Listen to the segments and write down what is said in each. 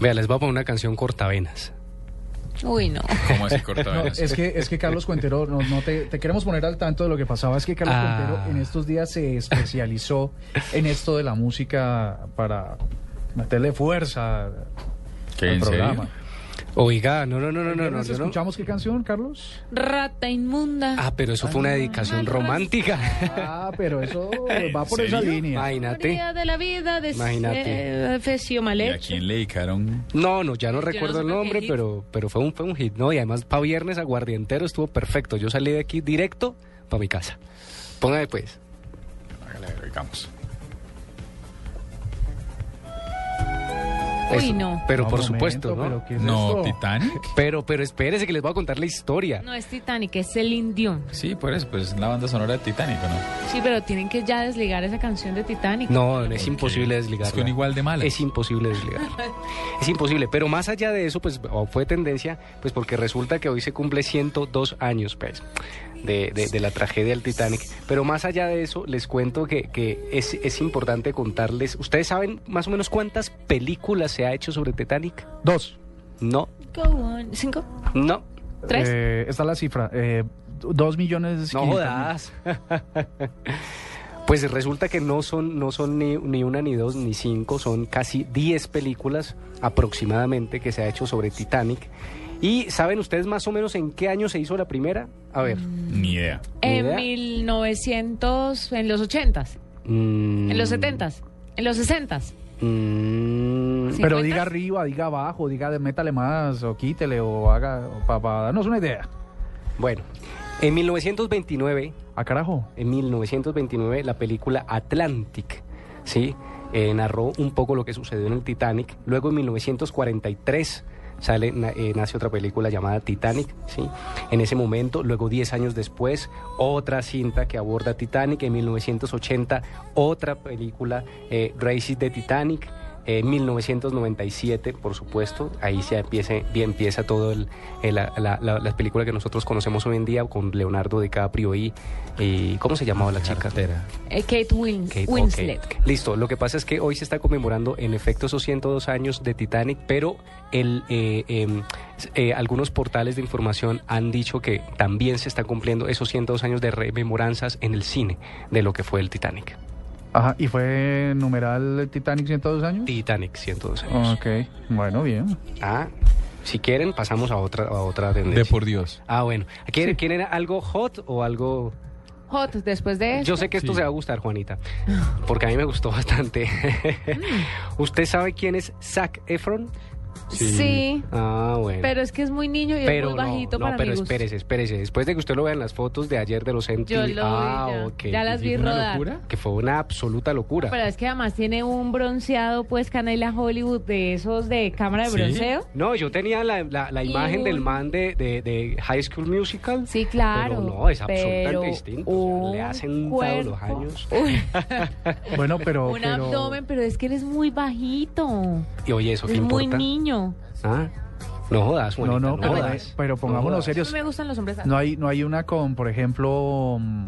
Vea, les voy a poner una canción cortavenas. Uy, no. ¿Cómo así cortavenas? Es que, es que Carlos Cuentero, no, no te, te queremos poner al tanto de lo que pasaba. Es que Carlos Ah. Cuentero en estos días se especializó en esto de la música para meterle fuerza al ¿Qué, en serio? programa. Oiga, no, no, no, no, no, no. ¿Nos yo no. ¿Escuchamos qué canción, Carlos? Rata inmunda. Ah, pero eso fue una dedicación romántica. Ah, pero eso va por ¿En esa serio? línea. Imagínate. Gloria de la vida de Imagínate. eh, Fesio ¿Y a Malek. quién le dedicaron? No, no, ya no recuerdo sé el por qué nombre, hit. pero, pero fue, un, fue un hit, ¿no? Y además, para viernes, aguardientero estuvo perfecto. Yo salí de aquí directo para mi casa. Póngale pues. Hágale, digamos. Uy, Eso. no. Pero Ah, por momento, supuesto, ¿no? pero ¿qué es No, esto? Titanic. Pero, pero espérese que les voy a contar la historia. No es Titanic, es Celine Dion. Sí, por eso, pues la banda sonora de Titanic, ¿o ¿no? Sí, pero tienen que ya desligar esa canción de Titanic. No, no, es imposible desligarla. Es que un igual de mala. Es imposible desligarla. es imposible. Pero más allá de eso, pues o fue tendencia, pues porque resulta que hoy se cumple 102 años, pues, de, de- de la tragedia del Titanic. Pero más allá de eso, les cuento que, que es, es importante contarles. ¿Ustedes saben más o menos cuántas películas se ha hecho sobre Titanic? Dos. No, Go on. ¿Cinco? no, ¿Tres? Eh, está la cifra. Eh, dos millones. no quinientos mil. jodas. Pues resulta que no son, no son ni, ni una, ni dos, ni cinco, son casi 10 películas aproximadamente que se ha hecho sobre Titanic. ¿Y saben ustedes más o menos en qué año se hizo la primera? A ver. Ni idea. ni En idea. 1900, en los 80s, en Mm. los 70s, en los 60s. Pero Mm, ¿Cincuentas? diga arriba, diga abajo, diga de- métale más o quítele o haga para darnos una idea. Bueno, en 1929 A carajo. En 1929 la película Atlantic, ¿sí? Eh, narró un poco lo que sucedió en el Titanic. Luego en 1943 sale, na- eh, nace otra película llamada Titanic, ¿sí? En ese momento, luego 10 años después, otra cinta que aborda Titanic. En 1980 otra película, eh, Races de Titanic. En 1997, por supuesto, ahí se empieza, bien empieza todo el, el- la, la, la película que nosotros conocemos hoy en día con Leonardo DiCaprio y, y ¿cómo se llamaba la chica? Eh, Kate, Wins- Kate- ok. Winslet. Listo, lo que pasa es que hoy se está conmemorando en efecto esos 102 años de Titanic, pero el, eh, em, s- eh, algunos portales de información han dicho que también se están cumpliendo esos 102 años de rememoranzas en el cine de lo que fue el Titanic. Ajá, ¿y fue numeral Titanic 102 años? Titanic, 102 años. Ok, bueno, bien. Ah, si quieren pasamos a otra, a otra tendencia. De por Dios. Ah, bueno. ¿Quieren, ¿Quieren algo hot o algo...? Hot, después de Yo sé que esto Sí. se va a gustar, Juanita, porque a mí me gustó bastante. ¿Usted sabe quién es Zac Efron? Sí. Ah, bueno. pero es que es muy niño y Pero es muy no, bajito no, para pero mi gusto. espérese, espérese. Después de que usted lo vea en las fotos de ayer de los MTV. Yo lo ah, vi ya. ok. Ya las vi ¿Una rodar. locura? Que fue una absoluta locura. Pero es que además tiene un bronceado, pues, canela Hollywood de esos de cámara de Sí. bronceo. No, yo tenía la, la- la Y imagen del un- man de, de- de High School Musical. Sí, Pero claro. no, es absolutamente pero distinto. O sea, le un hacen todos cuerpo, los años. Uy, Bueno, pero... un pero- abdomen, pero es que él es muy bajito. Y oye, eso qué Es muy importa. niño. Ah, no jodas, No, Juanita, no, pero, jodas. pero pongámonos jodas. serios. No me gustan los hombres altos. No hay, no hay una con, por ejemplo, mm,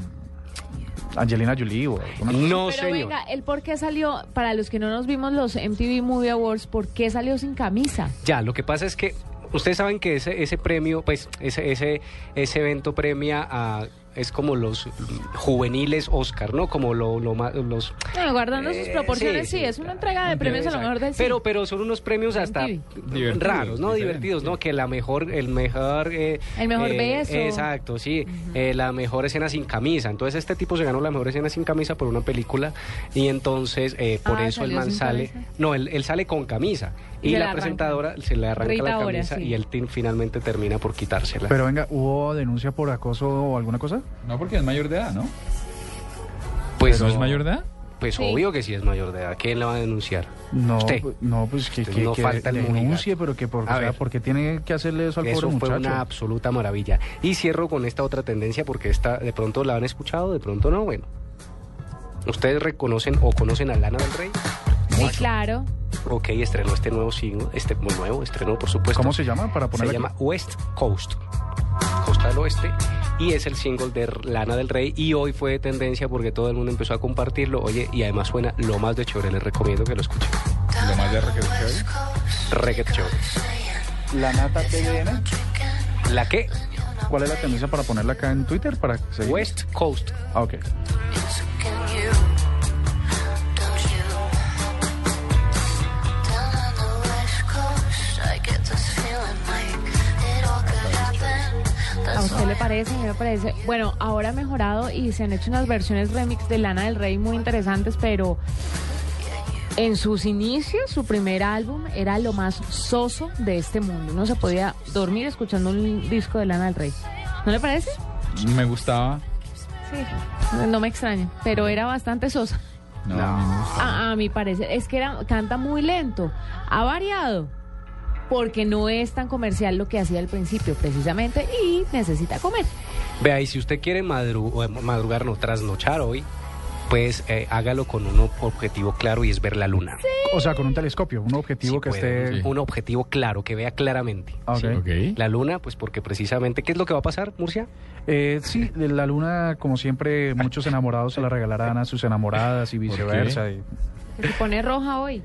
Angelina Jolie o alguna cosa. No, pero señor. venga, el por qué salió, para los que no nos vimos los MTV Movie Awards, ¿por qué salió sin camisa? Ya, lo que pasa es que ustedes saben que ese, ese premio, pues ese, ese, ese evento premia a... Es como los juveniles Oscar, ¿no? Como lo, lo más- los... Bueno, guardando sus Eh, proporciones, sí, es una claro. entrega de premios a lo Exacto. mejor del cine. Pero, pero son unos premios hasta MTV. raros, ¿no? Divertidos, ¿no? Divertidos, diferentes. Que la mejor, el mejor... eh, El mejor beso. Exacto, sí. eh, la mejor escena sin camisa. Entonces este tipo se ganó la mejor escena sin camisa por una película y entonces eh, por Ah, eso el ¿salió man sin sale... camisa? No, él, él sale con camisa. Y Y, se la la, arranca. presentadora se le arranca Rita la Ora, camisa sí. y él tin- finalmente termina por quitársela. Pero venga, ¿hubo denuncia por acoso o alguna cosa? No, porque es mayor de edad, ¿no? pues ¿No es mayor de edad? Pues Sí. obvio que si es mayor de edad, ¿quién la va a denunciar? No, Usted. pu- no, pues que, Entonces que- no que falta el denuncie, mojigato. pero que por, A o sea, ver. ¿por qué tiene que hacerle eso al Eso pobre fue muchacho. una absoluta maravilla. Y cierro con esta otra tendencia porque esta de pronto la han escuchado, de pronto no, bueno. ¿Ustedes reconocen o conocen a Lana del Rey? Sí, claro. Ok, estrenó este nuevo signo, este muy nuevo, estrenó por supuesto. ¿Cómo se llama? Para Se ponerle llama West Coast, Costa del Oeste, y es el single de Lana del Rey. Y hoy fue de tendencia porque todo el mundo empezó a compartirlo. Oye, y además suena lo más de chévere, les recomiendo que lo escuchen. Lo más de R que se oye. Reggae chévere. La nata TVN. ¿La qué? ¿Cuál es la tendencia para ponerla acá en Twitter? Para que se... West Coast. Ah, ok. ¿A usted le parece? A mí me parece. Bueno, ahora ha mejorado y se han hecho unas versiones remix de Lana del Rey muy interesantes, pero en sus inicios, su primer álbum era lo más soso de este mundo. No se podía dormir escuchando un disco de Lana del Rey. ¿No le parece? Me gustaba. Sí. No me extraña, pero era bastante sosa. No, a mí me gustaba. A, a mi parecer, es que era- canta muy lento. Ha variado. Porque no es tan comercial lo que hacía al principio, precisamente, y necesita comer. Vea, y si usted quiere madru- o, eh, madrugar, no trasnochar hoy, pues eh, hágalo con un objetivo claro y es ver la luna. O sea, con un telescopio, un objetivo Si que puede, esté... sí. Un objetivo claro, que vea claramente. Ah, ok. ¿sí? Ok. La luna, pues porque precisamente, ¿qué es lo que va a pasar, Murcia? Eh, sí, de la luna, como siempre, muchos enamorados se la regalarán a sus enamoradas y viceversa. y- Que se pone roja hoy.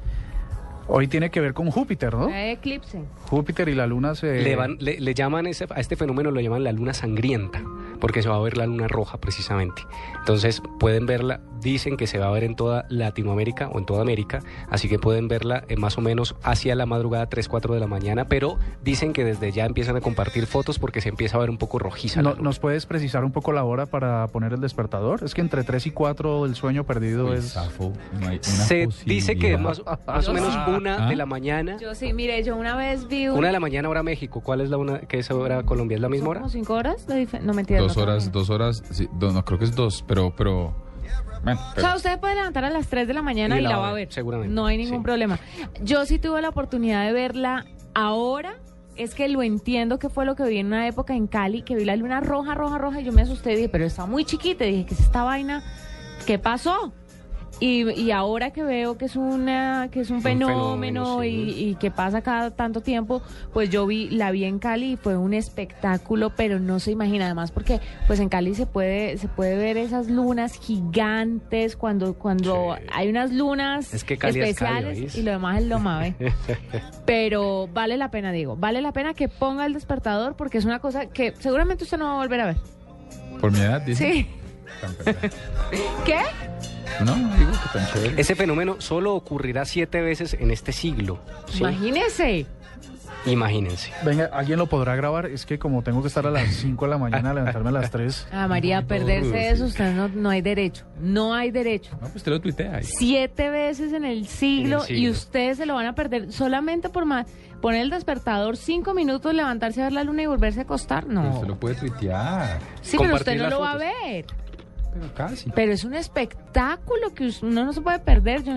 Hoy tiene que ver con Júpiter, ¿no? Hay eclipse. Júpiter y la luna se... Le, van- le- le llaman ese- a este fenómeno, lo llaman la luna sangrienta, porque se va a ver la luna roja precisamente. Entonces pueden verla, dicen que se va a ver en toda Latinoamérica o en toda América, así que pueden verla eh, más o menos hacia la madrugada 3, 4 de la mañana, pero dicen que desde ya empiezan a compartir fotos porque se empieza a ver un poco rojiza. la No- luna. ¿Nos puedes precisar un poco la hora para poner el despertador? Es que entre 3 y 4 el sueño perdido El es... zafo, no hay Pues, una se dice que posibilidad. más, más o menos una Ah. de la mañana, Yo sí, mire, yo una vez vi un- una de la mañana hora México, ¿cuál es la una que es hora Colombia? ¿Es la ¿Son misma hora? como cinco horas? de dife- No, mentira. Dos no, horas, también. dos horas. sí, do- no, creo que es dos, pero. pero bueno, O sea, usted puede levantar a las 3 de la mañana Y y, la la va va a a ver, ver. seguramente, No hay ningún sí. problema. Yo sí tuve la oportunidad de verla ahora. Es que lo entiendo que fue lo que vi en una época en Cali, que vi la luna roja, roja, roja. Y yo me asusté y dije, pero está muy chiquita. Y dije, ¿qué es esta vaina? ¿Qué pasó? Y, y ahora que veo que es una que es un, Un fenómeno, fenómeno, sí. y, y que pasa cada tanto tiempo, pues yo vi la vi en Cali y fue un espectáculo, pero no se imagina además porque pues en Cali se puede se puede ver esas lunas gigantes cuando cuando Sí. hay unas lunas Es que Cali es Cali, especiales ¿oís? y lo demás es lo mabe. pero vale la pena, digo, vale la pena que ponga el despertador porque es una cosa que seguramente usted no va a volver a ver. por mi edad, dice. Sí. Tan perfecto. ¿Qué? No, digo que tan chévere. Ese fenómeno solo ocurrirá siete veces en este siglo. ¿sí? Imagínese. Imagínense. Venga, ¿alguien lo podrá grabar? Es que como tengo que estar a las 5 de la mañana, levantarme a las 3... Ah, María, perderse eso, usted no, no hay derecho. No hay derecho. No, pues te lo tuitea ahí. Siete veces en el siglo, En el siglo. y ustedes se lo van a perder solamente por ma- poner el despertador cinco minutos, levantarse a ver la luna y volverse a acostar. Pero No. Usted lo puede tuitear. Sí, pero usted compartir no las lo va a fotos. ver. Pero casi. Pero es un espectáculo que us- uno no se puede perder. Yo,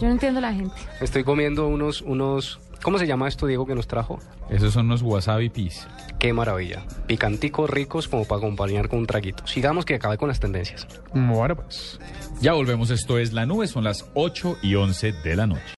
yo no entiendo a la gente. Estoy comiendo unos, unos. ¿Cómo se llama esto, Diego, que nos trajo? Esos son los wasabi peas. Qué maravilla. Picanticos ricos como para acompañar con un traguito. Sigamos que acabé con las tendencias. Bueno, pues... Ya volvemos. Esto es La Nube. Son las 8 y 11 de la noche.